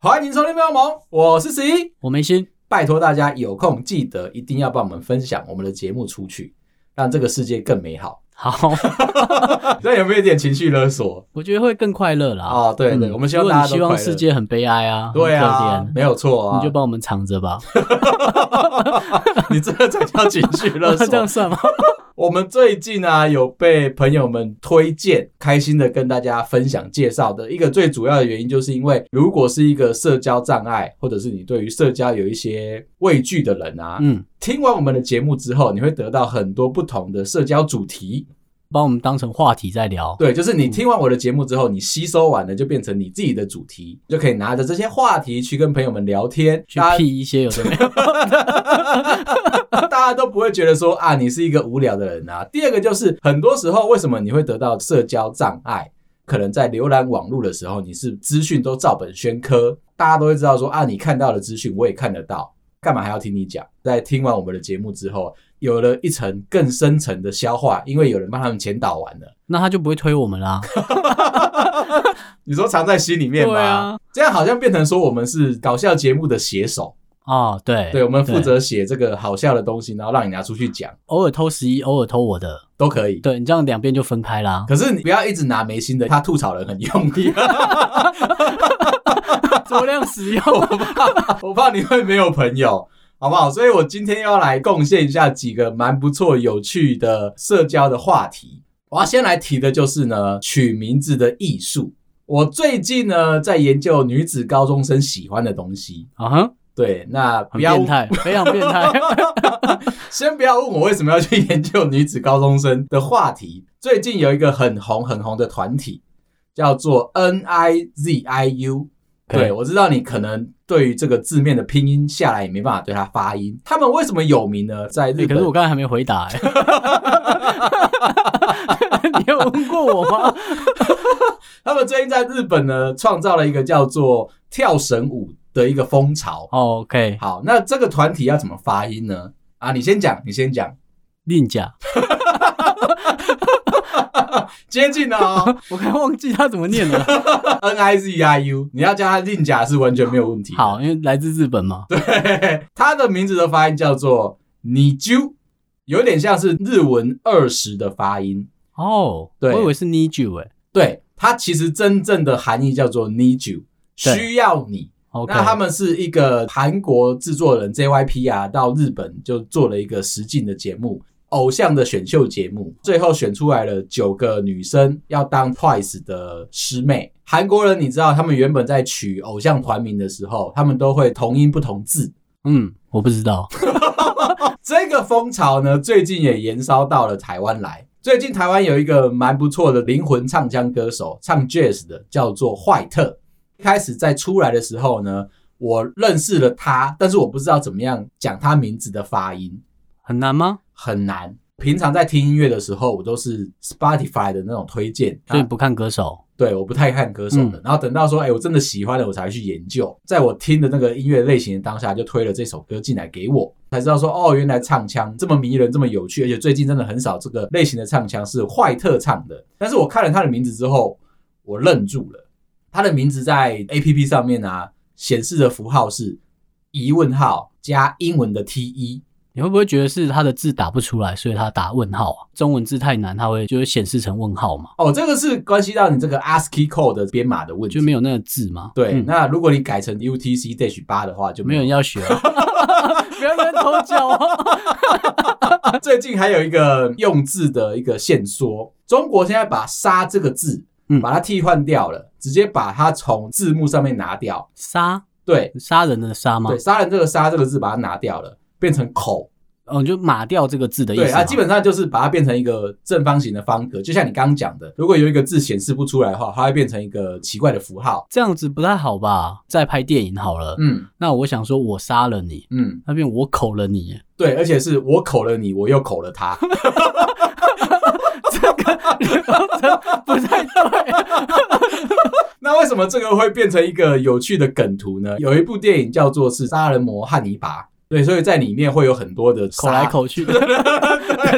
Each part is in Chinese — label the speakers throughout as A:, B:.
A: 欢迎收听《喵萌》，我是十一。
B: 我没心，
A: 拜托大家有空记得一定要帮我们分享我们的节目出去，让这个世界更美好。
B: 好，
A: 这有没有一点情绪勒索？
B: 我觉得会更快乐啦。嗯
A: 哦对对我们希望
B: 如果
A: 大
B: 你
A: 家都
B: 希
A: 快
B: 望
A: 乐
B: 世界很悲哀啊，
A: 对
B: 很
A: 啊
B: 可，怜
A: 没有错啊，
B: 你就帮我们藏 着吧，
A: 你这个才叫情绪勒
B: 这样
A: 索。
B: 算吗？
A: 我们最近啊，有被朋友们推荐，开心的跟大家分享介绍的一个最主要的原因，就是因为如果是一个社交障碍，或者是你对于社交有一些畏惧的人啊，
B: 嗯，
A: 听完我们的节目之后，你会得到很多不同的社交主题。
B: 把我们当成话题在聊。
A: 对，就是你听完我的节目之后，你吸收完了就变成你自己的主题，就可以拿着这些话题去跟朋友们聊天，
B: 去
A: 大家
B: 屁一些有的没有，
A: 大家都不会觉得说啊你是一个无聊的人啊。第二个就是很多时候为什么你会得到社交障碍？可能在浏览网络的时候，你是资讯都照本宣科，大家都会知道说啊你看到的资讯我也看得到，干嘛还要听你讲？在听完我们的节目之后，有了一层更深层的消化，因为有人帮他们前导完了。
B: 那他就不会推我们啦。
A: 你说藏在心里面吗？
B: 对啊
A: 这样好像变成说我们是搞笑节目的写手，
B: 哦，对，
A: 对我们负责写这个好笑的东西，然后让你拿出去讲
B: 偶尔偷十一，偶尔偷我的，
A: 都可以。
B: 对你这样两边就分 开啦。
A: 可是你不要一直拿眉心的，他吐槽人很用力，啊
B: 酌量使用，
A: 我怕 你会没有朋友，好不好？所以我今天要来贡献一下几个蛮不错、有趣的社交的话题。我要先来提的就是呢，取名字的艺术。我最近呢在研究女子高中生喜欢的东西，
B: 啊哈，
A: 对，那
B: 很
A: 不要
B: 变态，非常变 态。哎
A: 先不要问我为什么要去研究女子高中生的话题。最近有一个很红很红的团体，叫做 N I Z I U。对，我知道你可能对于这个字面的拼音下来也没办法对它发音。他们为什么有名呢？在
B: 欸
A: 日
B: 可
A: 本，
B: 是我刚才还没回答、欸， 你有问过我吗？
A: 他们最近在日本呢创造了一个叫做跳绳舞的一个风潮。
B: 哦 OK，
A: 好，那这个团体要怎么发音呢？啊，你先讲，你先讲，
B: 令甲，
A: 接近了 哦
B: 我刚才忘记他怎么念了。
A: ，N I Z I U，你要叫它令甲是完全没有问题的。
B: 好，因为来自日本嘛。
A: 对，它的名字的发音叫做你啾，有点像是日文二十的发音。
B: 哦，
A: 对
B: 我以为是 need you 哎、
A: 对，它其实真正的含义叫做 need you，
B: 对
A: 需要你。
B: OK，
A: 那他们是一个韩国制作人 JYP 啊，到日本就做了一个实境的节目，偶像的选秀节目，最后选出来了九个女生要当 Twice 的师妹。韩国人你知道，他们原本在取偶像团名的时候，他们都会同音不同字。
B: 嗯，我不知道。
A: 这个风潮呢，最近也延烧到了台湾来。最近台湾有一个蛮不错的灵魂唱腔歌手，唱 jazz 的，叫做坏特。一开始在出来的时候呢，我认识了他，但是我不知道怎么样讲他名字的发音，
B: 很难吗？
A: 很难。平常在听音乐的时候，我都是 Spotify 的那种推荐，
B: 所以不看歌手，
A: 对，我不太看歌手
B: 嗯
A: 的。然后等到说，哎、我真的喜欢了，我才会去研究。在我听的那个音乐类型的当下，就推了这首歌进来给我，才知道说，哦，原来唱腔这么迷人，这么有趣，而且最近真的很少这个类型的唱腔是坏特唱的。但是我看了他的名字之后，我愣住了。他的名字在 A P P 上面啊，显示的符号是疑问号加英文的 T E 一。
B: 你会不会觉得是他的字打不出来，所以他打问号啊？中文字太难，他会就会显示成问号嘛，
A: 哦，这个是关系到你这个 ASCII code 的编码的问题。
B: 就没有那个字嘛。
A: 对，
B: 嗯
A: 那如果你改成 UTC dash 八的话，就
B: 没
A: 没有
B: 有人要学、啊， 不要乱偷教啊！
A: 最近还有一个用字的一个限缩，中国现在把“杀”这个字，
B: 嗯
A: 把它替换掉了，直接把它从字幕上面拿掉。
B: 杀
A: 对
B: 杀人的杀吗
A: 对，？杀人这个“杀”这个字把它拿掉了，变成口。
B: 哦，就马掉这个字的意
A: 对，
B: 思啊
A: 它
B: 嘛。
A: 基本上就是把它变成一个正方形的方格，就像你刚刚讲的，如果有一个字显示不出来的话，它会变成一个奇怪的符号。
B: 这样子不太好吧？再拍电影好了。
A: 嗯
B: 那我想说，我杀了你，
A: 嗯，
B: 那边我口了你，
A: 对，而且是我口了你，我又口了 他。
B: 不太对。
A: 那为什么这个会变成一个有趣的梗图呢？有一部电影叫做是《杀人魔汉尼拔》，对，所以在里面会有很多的
B: 口来口去的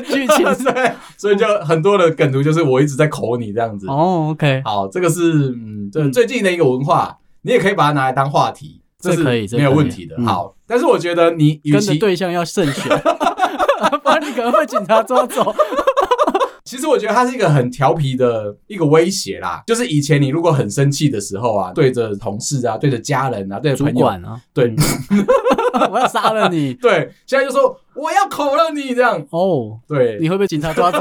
B: 剧情。
A: 对，所以就很多的梗图就是我一直在口你这样子。
B: 哦，OK，
A: 好，这个是嗯，这最近的一个文化，你也可以把它拿来当话题，
B: 这
A: 是
B: 可以这
A: 没有
B: 可以
A: 问题的。
B: 嗯
A: 好，但是我觉得你与
B: 跟着
A: 其
B: 对象要慎选，不然你可能被警察抓走。
A: 其实我觉得它是一个很调皮的一个威胁啦，就是以前你如果很生气的时候啊，对着同事啊，对着家人啊，对着
B: 主
A: 朋友，
B: 管啊，
A: 对
B: 嗯，我要杀了你
A: 对，现在就说我要口了你这样，
B: 哦。
A: 对，
B: 你会被警察抓走，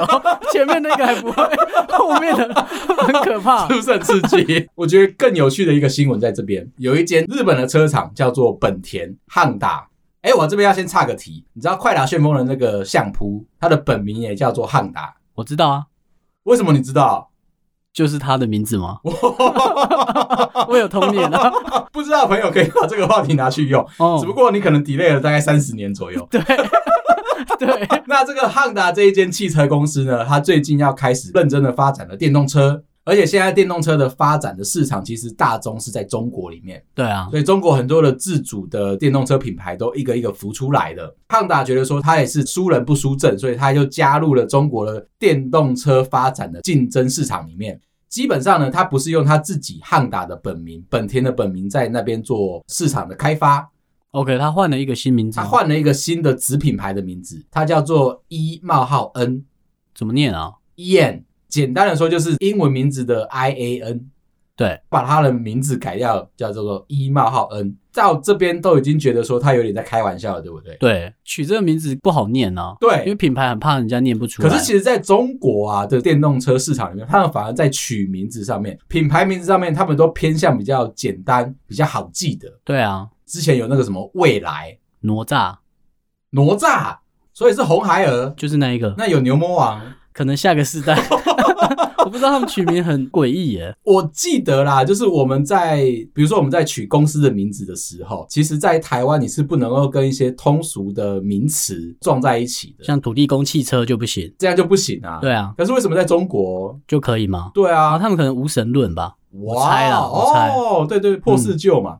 B: 前面那个还不会，后面的很可 怕
A: 是。不是很刺 激？我觉得更有趣的一个新闻在这边，有一间日本的车厂叫做本田汉达。哎、我这边要先岔个题，你知道快打旋风的那个相扑，他的本名也叫做汉达，
B: 我知道啊，
A: 为什么你知道？
B: 就是他的名字吗？我有童年啊。
A: 不知道的朋友可以把这个话题拿去用，
B: 哦
A: 只不，过你可能 delay 了大概三十年左右。
B: 对对，
A: 那这个汉达这一间汽车公司呢，它最近要开始认真的发展了电动车，而且现在电动车的发展的市场其实大宗是在中国里面，
B: 对啊，
A: 所以中国很多的自主的电动车品牌都一个一个浮出来的。汉达觉得说它也是输人不输阵，所以它就加入了中国的电动车发展的竞争市场里面。基本上呢，它不是用它自己汉达的本名、本田的本名在那边做市场的开发，
B: OK，他换了一个新名字
A: 他
B: 吗，
A: 换了一个新的子品牌的名字，它叫做一冒号 N
B: 怎么念啊？
A: Ian，简单的说就是英文名字的 I A N，
B: 对，
A: 把它的名字改掉，叫做一冒号 N。到这边都已经觉得说他有点在开玩笑了，对不对？
B: 对，取这个名字不好念啊，因为
A: 对。
B: 品牌很怕人家念不出来。
A: 可是其实在中国啊的电动车市场里面，他们反而在取名字上面、品牌名字上面，他们都偏向比较简单、比较好记的。
B: 对啊，
A: 之前有那个什么未来、
B: 哪吒
A: 哪吒，所以是红孩儿，
B: 就是那一个，
A: 那有牛魔王，
B: 可能下个世代， 我不知道他们取名很诡异耶。
A: 我记得啦，就是我们在比如说我们在取公司的名字的时候，其实，在台湾你是不能够跟一些通俗的名词撞在一起的，
B: 像土地公汽车就不行，
A: 这样就不行啊。。
B: 对啊，
A: 可是为什么在中国？
B: 就可以吗？
A: 对
B: 然后
A: 啊，
B: 他们可能无神论吧，
A: 哇
B: 我猜啦我猜嗯
A: 哦，对对，破四旧嘛。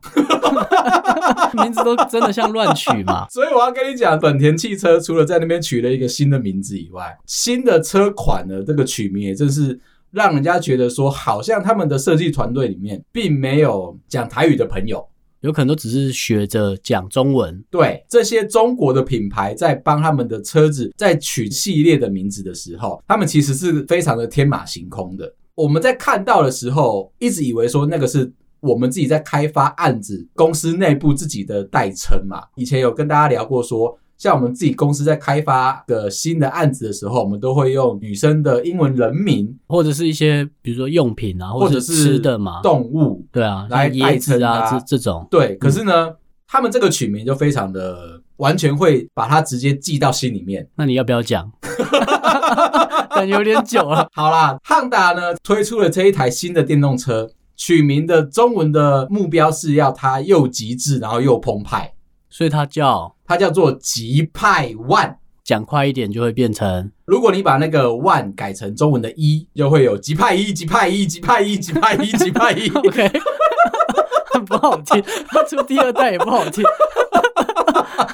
B: 名字都真的像乱取嘛
A: 。所以我要跟你讲，本田汽车除了在那边取了一个新的名字以外，新的车款的这个取名也真是让人家觉得说，好像他们的设计团队里面并没有讲台语的朋友。
B: 有可能都只是学着讲中文，
A: 对这些中国的品牌在帮他们的车子在取系列的名字的时候，他们其实是非常的天马行空的。我们在看到的时候，一直以为说那个是我们自己在开发案子，公司内部自己的代称嘛。以前有跟大家聊过说。像我们自己公司在开发的新的案子的时候，我们都会用女生的英文人名
B: 或者是一些比如说用品啊，
A: 或者
B: 者
A: 是
B: 吃的嘛，
A: 动物
B: 对啊，像
A: 来代
B: 椰子
A: 称
B: 啊
A: 啊
B: 这这种，
A: 对，可是呢，他们这个取名就非常的完全会把它直接记到心里面。
B: 那你要不 要讲？感觉有点久了。
A: 好啦，汉达呢推出了这一台新的电动车，取名的中文的目标是要它又极致，然后又澎湃，
B: 所以它叫
A: 它叫做极派 One。
B: 讲快一点就会变成
A: 如果你把那个 One 改成中文的一，就会有极派一、极派一、极派一、极派一、极派一。
B: OK，不好听，它出第二代也不好听，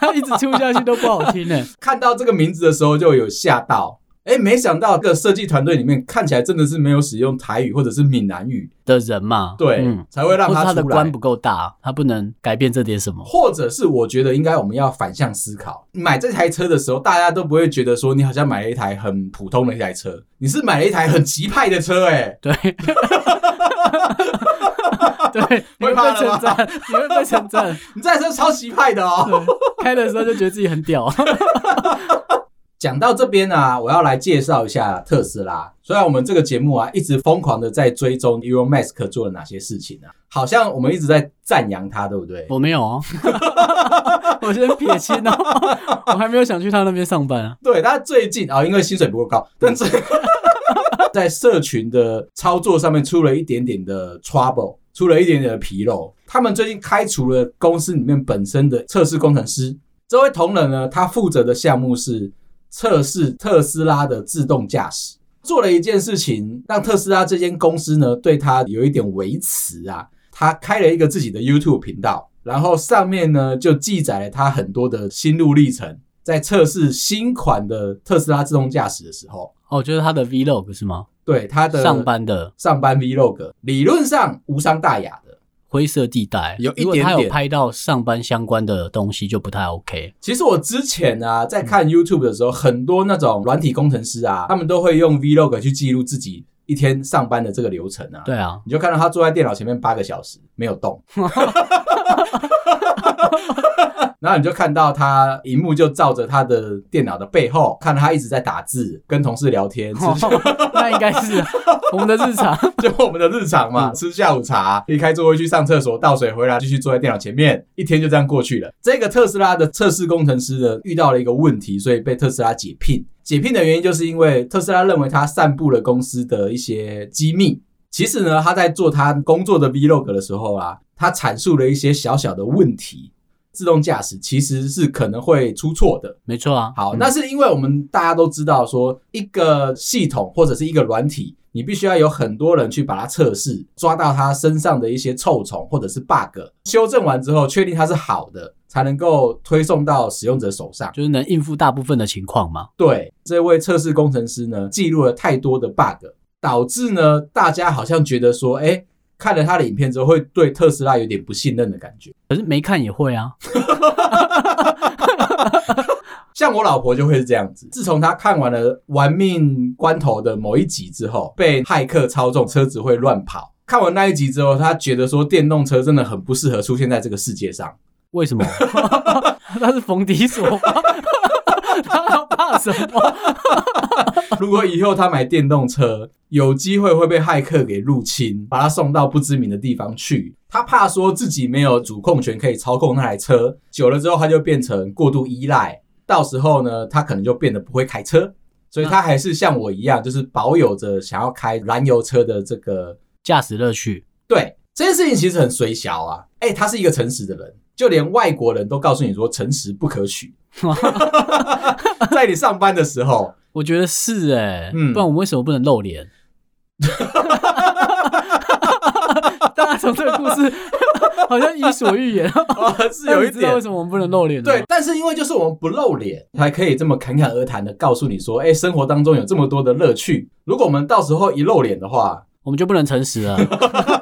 B: 它一直出下去都不好听呢。
A: 看到这个名字的时候就有吓到，哎，没想到这个设计团队里面看起来真的是没有使用台语或者是闽南语，
B: 的人嘛，
A: 对，
B: 嗯，
A: 才会让
B: 或者
A: 它
B: 他
A: 出
B: 的
A: 来。
B: 官不够大，他不能改变这点什么。
A: 或者是我觉得应该我们要反向思考，买这台车的时候，大家都不会觉得说你好像买了一台很普通的一台车，你是买了一台很极派的车、欸，
B: 对，对，你
A: 会
B: 会
A: 怕
B: 被
A: 了吗
B: 称赞，你会被称赞。
A: 你这台车超极派的哦、
B: 对，开的时候就觉得自己很屌。
A: 讲到这边啊，我要来介绍一下特斯拉。虽然我们这个节目啊，一直疯狂的在追踪 Elon Musk 做了哪些事情啊，好像我们一直在赞扬他，对不对？
B: 我没有 哦，我先撇清哦，我还没有想去他那边上班啊。
A: 对，他最近啊、因为薪水不够高，但是 在社群的操作上面出了一点点的 trouble，出了一点点的纰漏。他们最近开除了公司里面本身的测试工程师。这位同仁呢，他负责的项目是测试特斯拉的自动驾驶。做了一件事情，让特斯拉这间公司呢对他有一点维持啊。他开了一个自己的 YouTube 频道，然后上面呢就记载了他很多的心路历程，在测试新款的特斯拉自动驾驶的时候，
B: 哦，就是他的 vlog 是吗？
A: 对他的
B: 上班的
A: 上班 Vlog，理论上无伤大雅的。
B: 灰色地带，
A: 有一
B: 如果
A: 点
B: 他有
A: 点
B: 拍到上班相关的东西就不太 OK。
A: 其实我之前啊，在
B: 嗯
A: 看 YouTube 的时候，很多那种软体工程师啊，他们都会用 Vlog 去记录自己一天上班的这个流程啊。，
B: 对啊，
A: 你就看到他坐在电脑前面八个小时没有动， 然后你就看到他荧幕就照着他的电脑的背后，看他一直在打字，跟同事聊天，吃
B: 那应该是啊我们的 日常。
A: 就我们的日常嘛，吃下午茶，离开座位去上厕所，倒水回来，继续坐在电脑前面，一天就这样过去了。这个特斯拉的测试工程师呢，遇到了一个问题，所以被特斯拉解聘。解聘的原因就是因为特斯拉认为他散布了公司的一些机密。其实呢，他在做他工作的 vlog 的时候啊，他阐述了一些小小的问题。自动驾驶其实是可能会出错的，
B: 没错啊。
A: 好，
B: 嗯
A: 那是因为我们大家都知道说，一个系统或者是一个软体，你必须要有很多人去把它测试，抓到它身上的一些臭虫或者是 bug，修正完之后确定它是好的，才能够推送到使用者手上。
B: 就是能应付大部分的情况嘛。
A: 对，这位测试工程师呢，记录了太多的 bug，导致呢大家好像觉得说，哎、看了他的影片之后，会对特斯拉有点不信任的感觉。
B: 可是没看也会啊。
A: 像我老婆就会是这样子。自从她看完了《玩命关头》的某一集之后，被骇客操纵车子会乱跑。看完那一集之后，她觉得说电动车真的很不适合出现在这个世界上。
B: 为什么？他是逢敌所吗？ 他要怕什么？
A: 如果以后她买电动车，有机会会被骇客给入侵，把她送到不知名的地方去。她怕说自己没有主控权可以操控那台车，久了之后她就变成过度依赖，到时候呢，她可能就变得不会开车。所以她还是像我一样，就是保有着想要开燃油车的这个
B: 驾驶乐趣，
A: 对这件事情其实很随小啊，哎、他是一个诚实的人，就连外国人都告诉你说诚实不可 取。在你上班的时 候，
B: 我觉得是哎、
A: 嗯
B: 不然我们为什么不能露 脸？大家从这个故事好像伊索寓言，
A: 哦、是
B: 但
A: 有
B: 你
A: 一
B: 知道为
A: 点
B: 什么我们 不能露脸？啊
A: 对，，但是因为就是我们不露脸，才可以这么侃侃而谈的告诉你说，哎、生活当中有这么多的乐趣。如果我们到时候一露脸的话，
B: 我们就不能诚实了，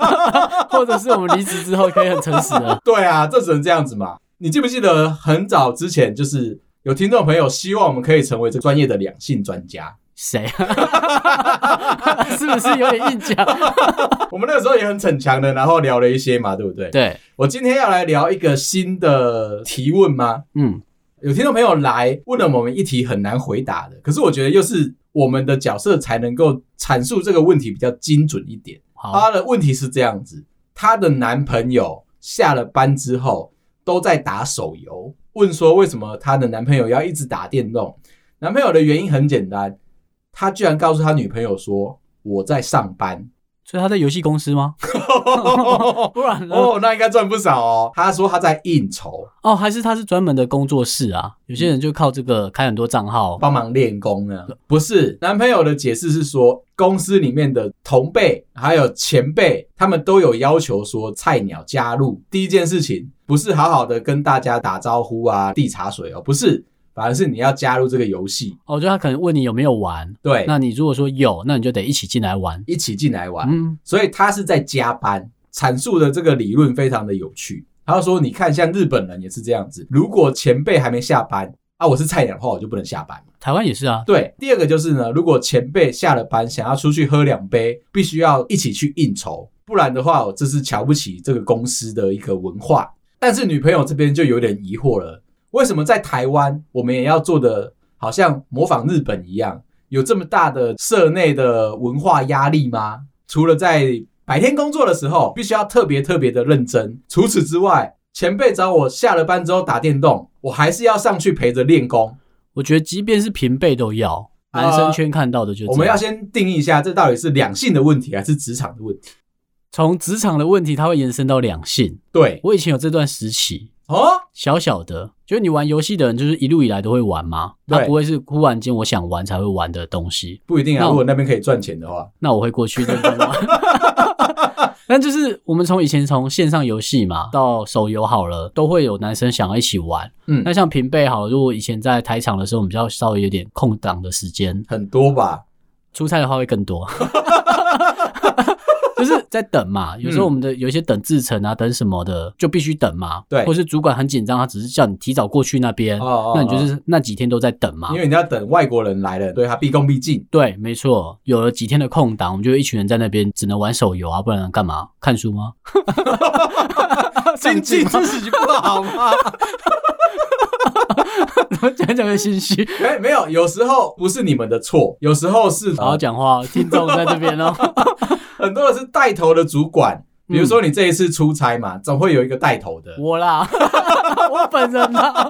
B: 或者是我们离职之后可以很诚实了。
A: 对啊，这只能这样子嘛。你记不记得很早之前就是有听众朋友希望我们可以成为这专业的两性专家？
B: 谁？ 是不是有点硬讲？
A: 我们那个时候也很逞强的，然后聊了一些嘛，对不对？
B: 对，
A: 我今天要来聊一个新的提问吗？
B: 嗯，
A: 有听众朋友来问了我们一题很难回答的，可是我觉得又是我们的角色才能够阐述这个问题比较精准一点。
B: 好，
A: 她的问题是这样子：她的男朋友下了班之后都在打手游，问说为什么她的男朋友要一直打电动？男朋友的原因很简单，他居然告诉他女朋友说我在上班。
B: 所以他在游戏公司吗？不然呢？
A: 哦，那应该赚不少哦。他说他在应酬。
B: 哦，还是他是专门的工作室啊？有些人就靠这个开很多账号。
A: 帮忙练功呢？不是，男朋友的解释是说，公司里面的同辈还有前辈，他们都有要求说菜鸟加入第一件事情，不是好好的跟大家打招呼啊、递茶水哦，不是，反而是你要加入这个游戏，
B: 哦，就他可能问你有没有玩，
A: 对，
B: 那你如果说有，那你就得一起进来玩。
A: 一起进来玩。
B: 嗯，
A: 所以他是在加班，阐述的这个理论非常的有趣。他就说，你看，像日本人也是这样子，如果前辈还没下班啊，我是菜鸟的话，我就不能下班。
B: 台湾也是啊。
A: 对，第二个就是呢，如果前辈下了班想要出去喝两杯，必须要一起去应酬，不然的话，我这是瞧不起这个公司的一个文化。但是女朋友这边就有点疑惑了，为什么在台湾我们也要做的好像模仿日本一样，有这么大的社内的文化压力吗？除了在白天工作的时候必须要特别特别的认真，除此之外，前辈找我下了班之后打电动，我还是要上去陪着练功。
B: 我觉得即便是平辈都要，
A: 呃
B: 男生圈看到的就这样
A: 我们要先定义一下，这到底是两性的问题还是职场的问题？
B: 从职场的问题，它会延伸到两性。
A: 对，
B: 我以前有这段时期，
A: 哦，
B: 小小的，就是你玩游戏的人，就是一路以来都会玩嘛，
A: 对
B: 那不会是忽然间我想玩才会玩的东西。
A: 不一定啊。
B: 那我
A: 如果那边可以赚钱的话，
B: 那我会过去认真玩。 但就是我们从以前从线上游戏嘛到手游好了，都会有男生想要一起玩。
A: 嗯
B: 那像平辈好了，如果以前在台场的时候，我们比较稍微有点空档的时间，
A: 很多吧。
B: 出差的话会更多。 就是在等嘛，
A: 嗯
B: 有时候我们的有一些等制成啊，等什么的，就必须等嘛。
A: 对
B: 或是主管很紧张，他只是叫你提早过去那边，
A: 哦哦
B: 那你就是那几天都在等嘛
A: 因。为你要等外国人来了，对他毕恭毕 敬。
B: 对，没错，有了几天的空档，我们就一群人在那边只能玩手游啊，不然能干嘛？看书吗？
A: 经济自己不好吗？
B: 讲讲个心虚，
A: 哎、 没有，有时候不是你们的错，有时候是
B: 好好讲话哦，听众在这边哦。
A: 很多的是带头的主管。比如说你这一次出差嘛，总会有一个带头的，
B: 嗯我啦， 我本人啦，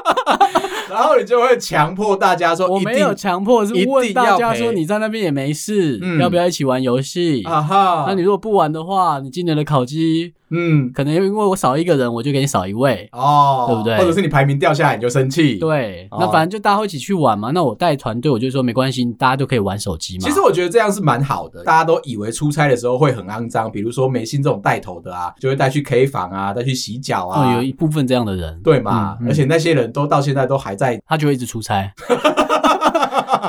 A: 然后你就会强迫大家说
B: 我
A: 一
B: 没有
A: 定
B: 强迫，是
A: 一定
B: 问大
A: 要
B: 家
A: 陪
B: 说你在那边也没事，
A: 嗯
B: 要不嗯要一起玩游戏？
A: 啊哈，
B: 那你如果不玩的话，你今年的烤鸡
A: 嗯
B: 可能因为我少一个人，我就给你少一位。
A: 哦，
B: 对不对
A: 或者是你排名掉下来你就生气，。
B: 对，
A: 哦
B: 那反正就大家会一起去玩嘛。那我带团队，我就说没关系，大家都可以玩手机嘛。
A: 其实我觉得这样是蛮好的，大家都以为出差的时候会很肮脏，比如说梅心这种带头的啊，就会带去 K 房啊，带去洗脚
B: 哦，
A: 啊，
B: 有一部分这样的人，
A: 对嘛、
B: 嗯嗯
A: 而且那些人都到现在都还在，
B: 他就会一直出差。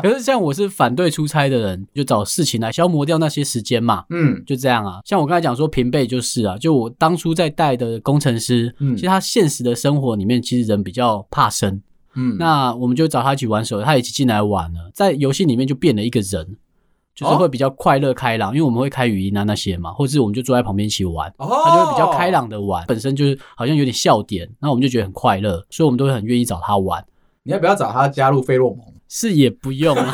B: 可是像我是反对出差的人，就找事情来消磨掉那些时间嘛。
A: 嗯
B: 就这样啊，像我刚才讲说平辈就是啊，就我当初在带的工程师，
A: 嗯
B: 其实他现实的生活里面其实人比较怕生，
A: 嗯，
B: 那我们就找他一起玩手游，他一起进来玩了，在游戏里面就变了一个人，
A: 哦
B: 就是会比较快乐开朗，因为我们会开语音啊那些嘛，或者是我们就坐在旁边一起玩。
A: 哦，
B: 他就会比较开，朗的玩，本身就是好像有点笑点，那我们就觉得很快乐，所以我们都会很愿意找他玩。
A: 你要不要找他加入费洛蒙？
B: 是也不用 啊，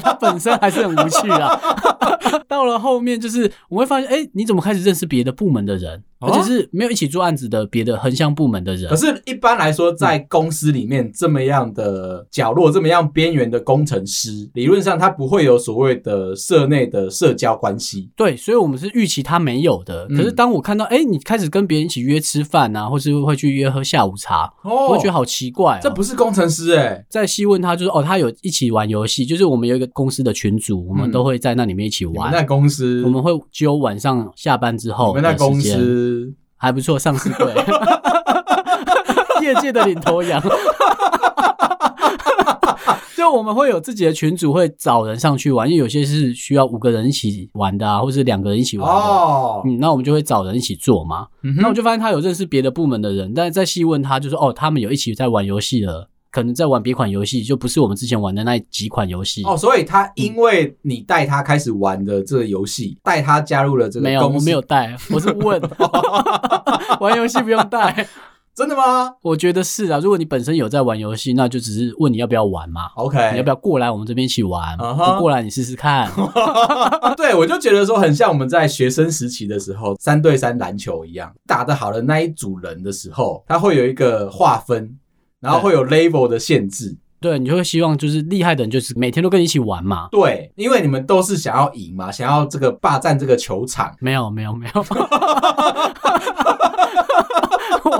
B: 他本身还是很无趣啊。 到了后面就是我会发现，哎、你怎么开始认识别的部门的人，
A: 哦呃
B: 而且是没有一起做案子的别的横向部门的人
A: 可？是，一般来说，在公司里面这么样的角落、这么样边缘的工程师，理论上他不会有所谓的社内的社交关系。
B: 对，所以我们是预期他没有的。
A: 嗯
B: 可是当我看到，哎、你开始跟别人一起约吃饭啊，或是会去约喝下午茶，
A: 哦
B: 我会觉得好奇怪、哦。
A: 这不是工程师哎、
B: 再细问他，就是哦，他有一起玩游戏，就是我们有一个公司的群组，我们
A: 嗯
B: 都会在那里面一起
A: 你们
B: 玩。
A: 那公司，
B: 我们会揪晚上下班之后
A: 你们
B: 的
A: 那
B: 时间。
A: 公司，
B: 还不错，上市贵，业界的领头羊。就我们会有自己的群组，会找人上去玩，因为有些是需要五个人一起玩的啊，或是两个人一起玩的。
A: 哦，
B: 嗯，那我们就会找人一起做嘛。
A: 嗯
B: 那我
A: 哼，
B: 就发现他有认识别的部门的人，但是再细问他，就说哦，他们有一起在玩游戏了，可能在玩别款游戏，就不是我们之前玩的那几款游戏。
A: 哦，所以
B: 嗯
A: 他因为你带他开始玩的这个游戏，带他加入了这个
B: 没有，
A: 公司，
B: 我没有，带，我是 问，玩游戏不用带。
A: 真的吗
B: 我觉得是啊，如果你本身有在玩游戏，那就只是问你要不要玩嘛，
A: ？OK，
B: 你要不要过来我们这边一起玩？
A: 啊哈
B: 不过来你试试看。
A: 啊，对，我就觉得说很像我们在学生时期的时候三对三篮球一样，打得好的那一组人的时候，他会有一个划分，然后会有 level 的限制。
B: 对，你就会希望就是厉害的人就是每天都跟你一起玩嘛。
A: 对，因为你们都是想要赢嘛，想要这个霸占这个球场。
B: 没有没有没有，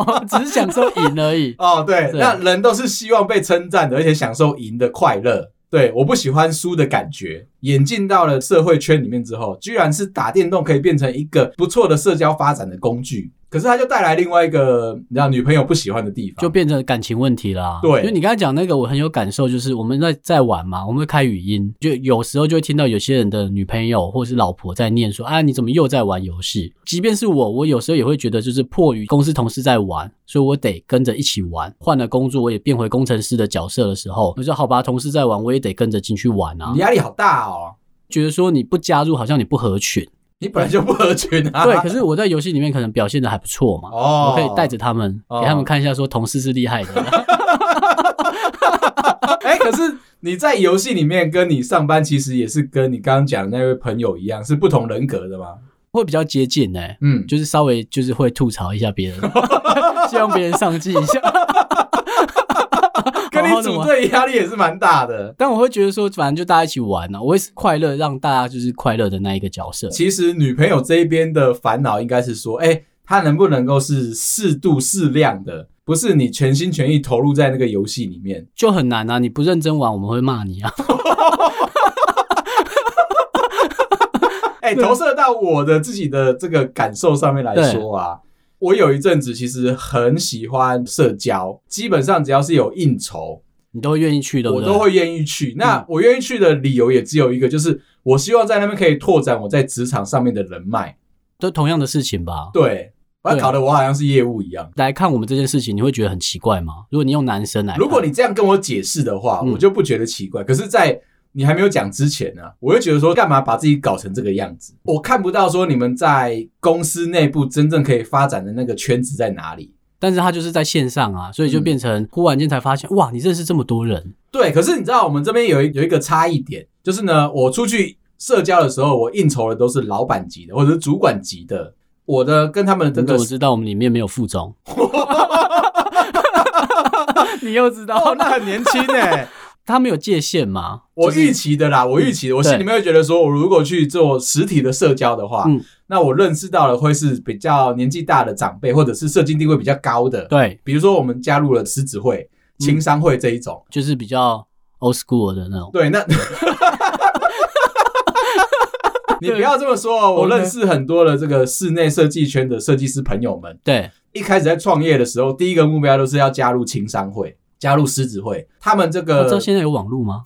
B: 我只是享受赢而已。
A: 哦，对，
B: 对
A: 那人都是希望被称赞的，而且享受赢的快乐。对，我不喜欢输的感觉。演进到了社会圈里面之后，居然是打电动可以变成一个不错的社交发展的工具。可是它就带来另外一个让女朋友不喜欢的地方，
B: 就变成感情问题啦、
A: 对
B: 因为你刚才讲那个，我很有感受，就是我们在在玩嘛，我们会开语音，就有时候就会听到有些人的女朋友或是老婆在念说：“啊，你怎么又在玩游戏？”即便是我，我有时候也会觉得，就是迫于公司同事在玩，所以我得跟着一起玩。换了工作，我也变回工程师的角色的时候，我说：“好吧，同事在玩，我也得跟着进去玩啊
A: 你。压力好大哦。”
B: 觉得说你不加入，好像你不合群。
A: 你本来就不合群啊。
B: 对，可是我在游戏里面可能表现的还不错嘛，
A: 哦
B: 我可以带着他们，
A: 哦
B: 给他们看一下，说同事是厉害的。
A: 哎、可是你在游戏里面跟你上班，其实也是跟你刚刚讲的那位朋友一样，是不同人格的嘛？
B: 会比较接近哎、
A: 嗯，
B: 就是稍微就是会吐槽一下别人， 希望别人上进一下。
A: 跟
B: 好好
A: 你
B: 地
A: 组
B: 玩
A: 队压力也是蛮大的。
B: 但我会觉得说，反正就大家一起玩呢、啊我会是快乐，让大家就是快乐的那一个角色。
A: 其实女朋友这一边的烦恼应该是说，哎、她它能不能够是适度适量的，不是你全心全意投入在那个游戏里面。
B: 就很难啊！你不认真玩，我们会骂你啊。
A: 哎、投射到我的自己的这个感受上面来说啊，我有一阵子其实很喜欢社交，基本上只要是有应酬，
B: 你都会愿意去，对不
A: 我
B: 对？嗯
A: 都会愿意去。那我愿意去的理由也只有一个，就是我希望在那边可以拓展我在职场上面的人脉。
B: 都同样的事情吧。
A: 对，把它
B: 对
A: 搞得我好像是业务一样。
B: 来看我们这件事情，你会觉得很奇怪吗？如果你用男生来看，
A: 如果你这样跟我解释的话，
B: 嗯
A: 我就不觉得奇怪。可是，在你还没有讲之前呢、我会觉得说，干嘛把自己搞成这个样子？我看不到说你们在公司内部真正可以发展的那个圈子在哪里。
B: 但是他就是在线上啊，所以就变
A: 嗯
B: 成忽然间才发现，哇，你认识这么多人，
A: 对，可是你知道我们这边有一有一个差异点，就是呢，我出去社交的时候，我应酬的都是老板级的或者是主管级的，我的跟他们的
B: 你
A: 这个
B: 怎么知道我们里面没有 副总？ 你又知
A: 哦，那很年轻哎、
B: 他们有界限吗？
A: 我
B: 欸就是
A: 预期的啦，我预期的，我心里面会觉得说，我如果去做实体的社交的话，
B: 嗯
A: 那我认识到了会是比较年纪大的长辈，或者是社经地位比较高的，
B: 对，
A: 比如说我们加入了狮子会、
B: 嗯
A: 青商会这一种，
B: 就是比较 old school 的那种。
A: 对， 那。你不要这么说哦！我认识很多的这个室内设计圈的设计师朋友们，
B: 对，
A: 一开始在创业的时候，第一个目标都是要加入青商会、加入狮子会。他们这
B: 我
A: 个
B: 知道现在有网络吗？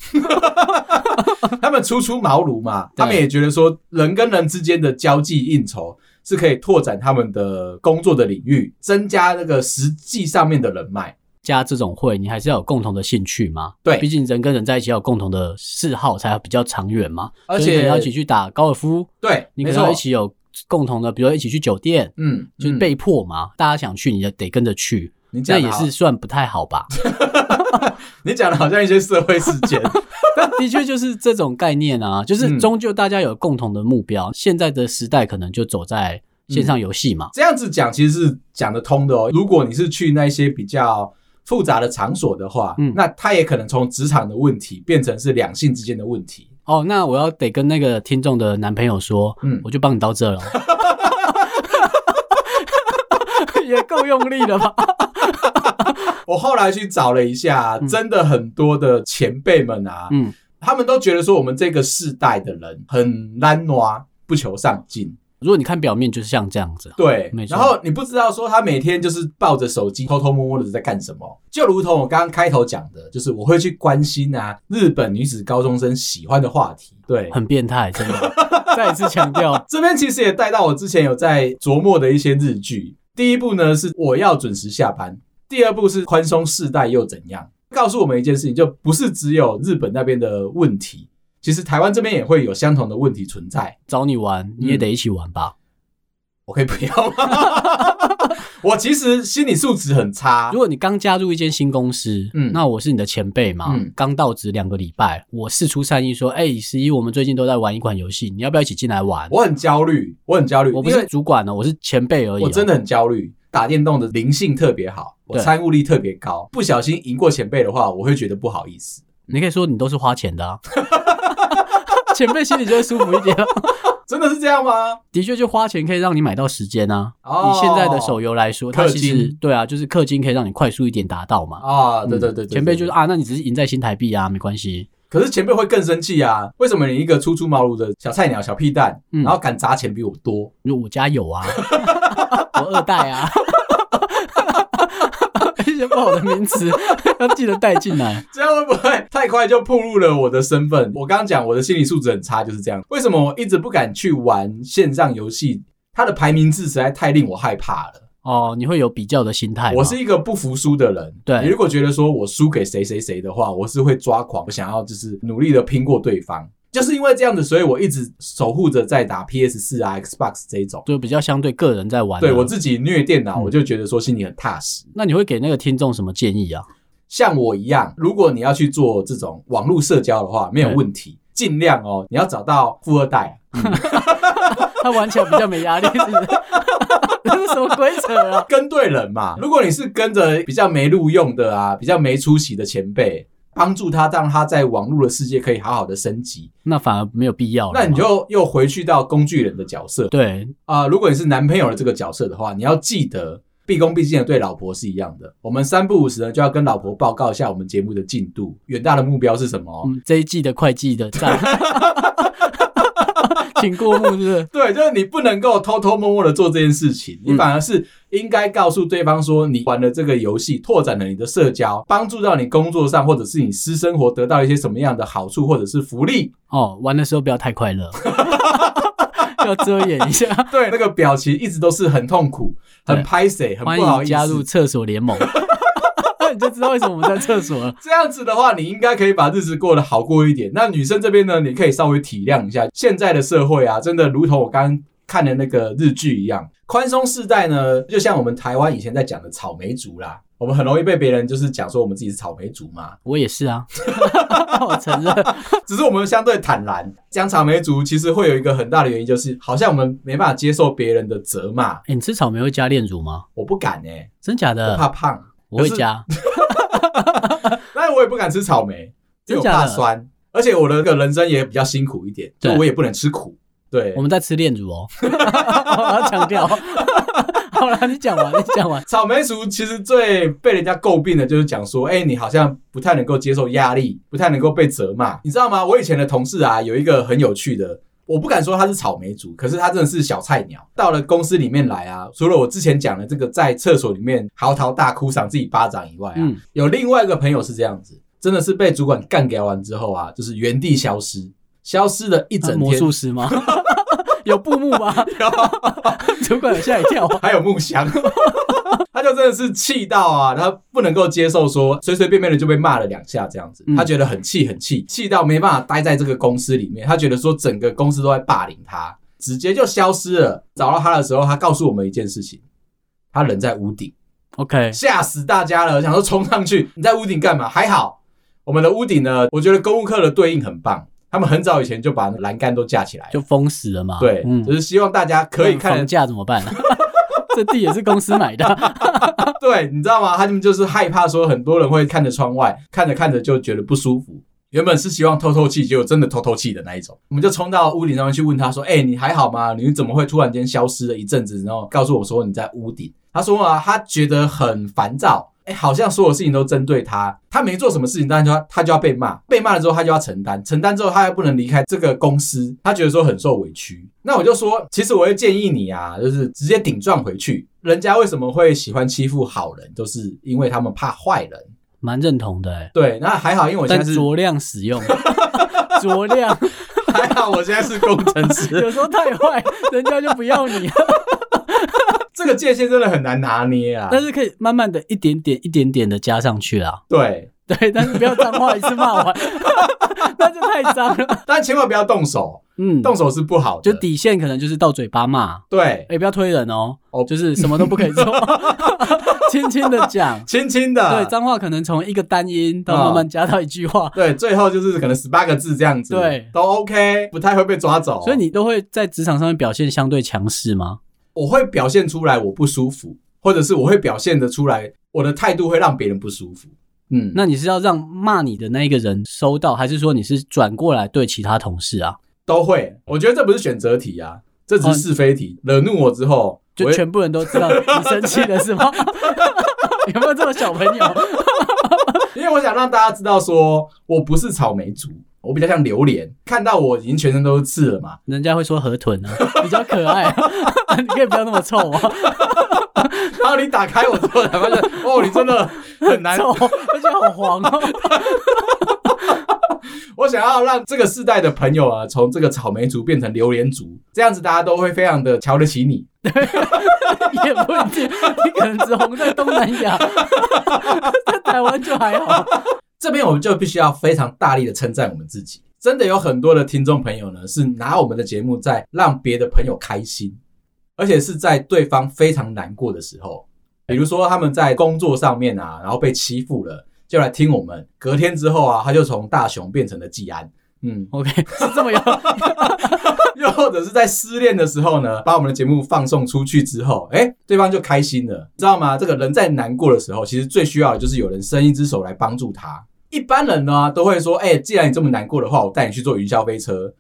A: 他们初出茅庐嘛，
B: 对
A: 他们也觉得说人跟人之间的交际应酬是可以拓展他们的工作的领域，增加那个实际上面的人脉。
B: 加这种会，你还是要有共同的兴趣嘛。
A: 对
B: 毕竟人跟人在一起要有共同的嗜好，才比较长远嘛。
A: 而
B: 所以你
A: 且
B: 可能要一起去打高尔夫，
A: 对，
B: 你
A: 没
B: 可能
A: 错
B: 要一，起有共同的，比如说一起去酒店，
A: 嗯，
B: 就是
A: 嗯
B: 被迫嘛，大家想去，你就得跟着去，
A: 你啊
B: 这
A: 讲
B: 也
A: 的
B: 是算不太 好吧？
A: 你讲的好像一些社会事 件，
B: 的确就是这种概念啊，就是
A: 嗯
B: 终究大家有共同的目标。现在的时代可能就走在线
A: 嗯
B: 上游戏嘛，
A: 这样子讲其实是讲得通的哦。如果你是去那些比较复杂的场所的话，
B: 嗯
A: 那它也可能从职场的问题变成是两性之间的问题。
B: 哦，那我要得跟那个听众的男朋友说，
A: 嗯
B: 我就帮你到 这了，也够用力了吧？
A: 我后来去找了一下，
B: 嗯
A: 真的很多的前辈们啊，
B: 嗯，
A: 他们都觉得说我们这个世代的人很懒惰，啊不求上进。
B: 如果你看表面，就是像这样子，
A: 对
B: 没，错
A: 然后你不知道说他每天就是抱着手机偷偷摸摸的在干什么，就如同我刚刚开头讲的，就是我会去关心啊日本女子高中生喜欢的话题。对，
B: 很变态，真的。再一次强调，
A: 这边其实也带到我之前有在琢磨的一些日剧。第一部呢是我要准时下班，第二部是宽松世代又怎样？告诉我们一件事情，就不是只有日本那边的问题，其实台湾这边也会有相同的问题存在。
B: 找你玩，
A: 嗯
B: 你也得一起玩吧。
A: 我可以不要吗？ 我其实心理素质很差
B: 如。果你刚加入一间新公司，
A: 嗯
B: 那我是你的前辈嘛
A: 嗯，
B: 刚、到职两个礼拜，我事出善意说，哎、十一我们最近都在玩一款游戏，你要不要一起进来玩？
A: 我很焦虑，我很焦虑，
B: 我不
A: 因
B: 是
A: 为
B: 主管呢，我是前辈而已哦、
A: 我真的很焦虑。打电动的灵性特别好，我
B: 对
A: 参悟力特别高，不小心赢过前辈的话，我会觉得不好意思。
B: 你可以说你都是花钱的、啊， 前辈心里就会舒服一点。啊
A: 真的是这样吗？
B: 的确，就花钱可以让你买到时间啊。
A: 哦
B: 以现在的手游来说，它
A: 氪
B: 其实
A: 金
B: 对啊，就是氪金可以让你快速一点达到嘛。
A: 啊，对对对对。
B: 前辈就是
A: 对
B: 是啊，那你只是赢在新台币啊，没关系。
A: 可是前辈会更生气啊！为什么你一个初出茅庐的小菜鸟、小屁蛋，
B: 嗯
A: 然后敢砸钱比我多？
B: 因为我家有啊， 我二代啊，一些不好的名词要记得带进来。
A: 这样会不会太快就暴露了我的身份？我刚刚讲我的心理素质很差，就是这样。为什么我一直不敢去玩线上游戏？它的排名制实在太令我害怕了。
B: 哦，你会有比较的心态吗。
A: 我是一个不服输的人。
B: 哎对
A: 你如果觉得说我输给谁谁谁的话，我是会抓狂，我想要就是努力的拼过对方。就是因为这样子，所以我一直守护着在打 PS 四啊、Xbox 这一种。
B: 就比较相对个人在玩啊。
A: 对我自己虐电脑，
B: 嗯
A: 我就觉得说心里很踏实。
B: 那你会给那个听众什么建议啊？
A: 像我一样，如果你要去做这种网络社交的话，没有问题，尽量哦，你要找到富二代。
B: 他玩起来比较没压力，是不是？ 这是什么规则啊？
A: 跟对人嘛，如果你是跟着比较没录用的啊，比较没出息的前辈，帮助他，让他在网络的世界可以好好的升级。
B: 那反而没有必要了嘛。
A: 那你就又回去到工具人的角色
B: 对
A: 啊、如果你是男朋友的这个角色的话，你要记得毕恭毕敬的对老婆是一样的。我们三不五时呢就要跟老婆报告一下我们节目的进度，远大的目标是什么。
B: 我们哦这一季的会计的赞， 请过目是不是？
A: 对，就是你不能够偷偷摸摸的做这件事情，你
B: 嗯
A: 反而是应该告诉对方说，你玩了这个游戏，拓展了你的社交，帮助到你工作上或者是你私生活得到一些什么样的好处或者是福利。
B: 哦，玩的时候不要太快乐， 要遮掩一下。
A: 对，那个表情一直都是很痛苦、很
B: 对
A: 拍谁、很
B: 欢
A: 不好
B: 迎
A: 意思。
B: 加入厕所联盟， 你就知道为什么我们在厕所了。
A: 这样子的话，你应该可以把日子过得好过一点。那女生这边呢，你可以稍微体谅一下现在的社会啊，真的如同我刚刚看的那个日剧一样，宽松世代呢，就像我们台湾以前在讲的草莓族啦，我们很容易被别人就是讲说我们自己是草莓族嘛，
B: 我也是啊， 我承认。
A: 只是我们相对坦然讲草莓族，其实会有一个很大的原因就是，好像我们没办法接受别人的责骂，
B: 哎、你吃草莓会加炼乳吗？
A: 我不敢哎、
B: 真假
A: 我怕
B: 的？
A: 胖，
B: 我会加。
A: 但我也不敢吃草莓，因为我
B: 真假
A: 怕
B: 的
A: 酸，而且我的个人生也比较辛苦一点，就
B: 对
A: 我也不能吃苦。对
B: 我，们在吃炼乳哦， 我要强调。 好了，你讲完，你讲完。
A: 草莓族其实最被人家诟病的就是讲说，哎、你好像不太能够接受压力，不太能够被责骂，你知道吗？我以前的同事啊，有一个很有趣的。我不敢说他是草莓族，可是他真的是小菜鸟。到了公司里面来啊，除了我之前讲的这个在厕所里面嚎啕大哭、赏自己巴掌以外啊，
B: 嗯
A: 有另外一个朋友是这样子，真的是被主管干掉完之后啊，就是原地消失，消失了一整天。
B: 啊魔 术师吗？ 有布幕吗？主管有吓一跳啊！
A: 还有木香， 他就真的是气到啊，他不能够接受说随随便便的就被骂了两下这样子，
B: 嗯
A: 他觉得很气很气，气到没办法待在这个公司里面，他觉得说整个公司都在霸凌他，直接就消失了。找到他的时候，他告诉我们一件事情。他人在屋顶，
B: OK，
A: 吓死大家了！想说冲上去，你在屋顶干嘛？还好，我们的屋顶呢，我觉得公务课的对应很棒，他们很早以前就把栏杆都架起来了，
B: 就封死了嘛。
A: 对，
B: 嗯
A: 就，是希望大家可以
B: 那
A: 看得
B: 房价怎么办、啊？ 这地也是公司买的，啊
A: 对，你知道吗？他们就是害怕说很多人会看着窗外，看着看着就觉得不舒服。原本是希望透透气，结果真的透透气的那一种。我们就冲到屋顶上面去问他说：“哎、你还好吗？你怎么会突然间消失了一阵子？”然后告诉我说你在屋顶。他说啊，他觉得很烦躁，哎、好像所有事情都针对他，他没做什么事情，但是他他就要被骂，被骂了之后他就要承担，承担之后他又不能离开这个公司，他觉得说很受委屈。那我就说，其实我会建议你啊，就是直接顶撞回去。人家为什么会喜欢欺负好人，都是因为他们怕坏人。
B: 蛮认同的、欸。
A: 对，那还好，因为我现
B: 但
A: 在是
B: 酌量使用， 酌量，
A: 还好，我现在是工程师，
B: 有时候太坏，人家就不要你。
A: 这个界限真的很难拿捏啊。
B: 但是可以慢慢的一点点、一点点的加上去啦。
A: 对，
B: 对，但是不要脏话一次骂完， 那就太脏了。
A: 但千万不要动手，
B: 嗯，
A: 动手是不好的。
B: 就底线可能就是到嘴巴骂，
A: 对，
B: 哎、不要推人哦，
A: 哦
B: 就是什么都不可以做， 轻轻的讲。
A: 轻轻的，
B: 对，脏话可能从一个单音到慢慢加到一句话，
A: 对，最后就是可能十八个字这样子，
B: 对
A: 都 OK，不太会被抓走。
B: 所以你都会在职场上面表现相对强势吗？
A: 我会表现出来我不舒服，或者是我会表现的出来我的态度会让别人不舒服。嗯，
B: 那你是要让骂你的那一个人收到，还是说你是转过来对其他同事啊？
A: 都会。我觉得这不是选择题啊，这只是是非题。惹怒我之后，
B: 哦就
A: 我会
B: 全部人都知道你生气了是吗？ 有没有这么小朋友？
A: 因为我想让大家知道说我不是草莓族。我比较像榴莲，看到我已经全身都是刺了嘛，
B: 人家会说河豚啊，比较可爱、啊， 你可以不要那么臭啊，
A: 然后你打开我之后才发现，哦，你真的很难
B: 臭，而且好黄哦。
A: 我想要让这个世代的朋友啊，从这个草莓族变成榴莲族，这样子大家都会非常的瞧得起你。
B: 也不一定，你可能只红在东南亚， 在台湾就还好。
A: 这边我们就必须要非常大力的称赞我们自己，真的有很多的听众朋友呢，是拿我们的节目在让别的朋友开心，而且是在对方非常难过的时候，比如说他们在工作上面啊，然后被欺负了，就来听我们。隔天之后啊，他就从大雄变成了季安。嗯，
B: OK，是这么有
A: 又或者是在失恋的时候呢，把我们的节目放送出去之后，哎、对方就开心了，知道吗？这个人在难过的时候，其实最需要的就是有人伸一只手来帮助他。一般人呢都会说，哎、既然你这么难过的话，我带你去坐云霄飞车。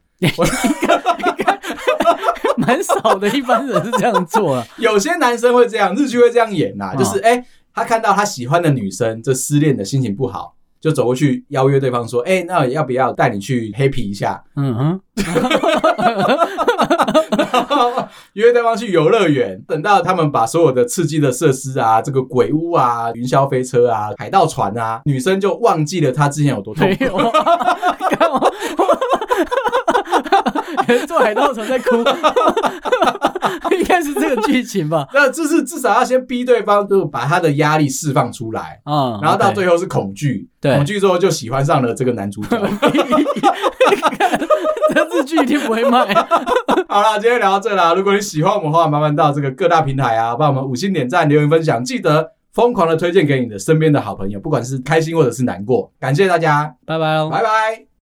B: 蛮少的，一般人是这样做啊。
A: 有些男生会这样，日剧会这样演呐、
B: 嗯
A: 就是哎、他看到他喜欢的女生，这失恋的心情不好，就走过去邀约对方说，哎、那要不要带你去 happy 一下？
B: 嗯哼，
A: 约对方去游乐园，等到他们把所有的刺激的设施啊，这个鬼屋啊、云霄飞车啊、海盗船啊，女生就忘记了她之前有 多痛
B: 没
A: 苦。
B: 有。干嘛？ 做海盗船在哭， 应该是这个剧情吧？
A: 那就是至少要先逼对方，就把他的压力释放出来，
B: 啊、
A: 然后到
B: OK
A: 最后是恐惧，
B: 对
A: 恐惧之后就喜欢上了这个男主 角。
B: 这日剧一定不会 卖。
A: 好啦，今天聊到这啦。如果你喜欢我们的话，麻烦到这个各大平台啊，帮我们五星点赞、留言、分享，记得疯狂的推荐给你的身边的好朋友，不管是开心或者是难过。感谢大家，
B: 拜拜喽。
A: 拜拜。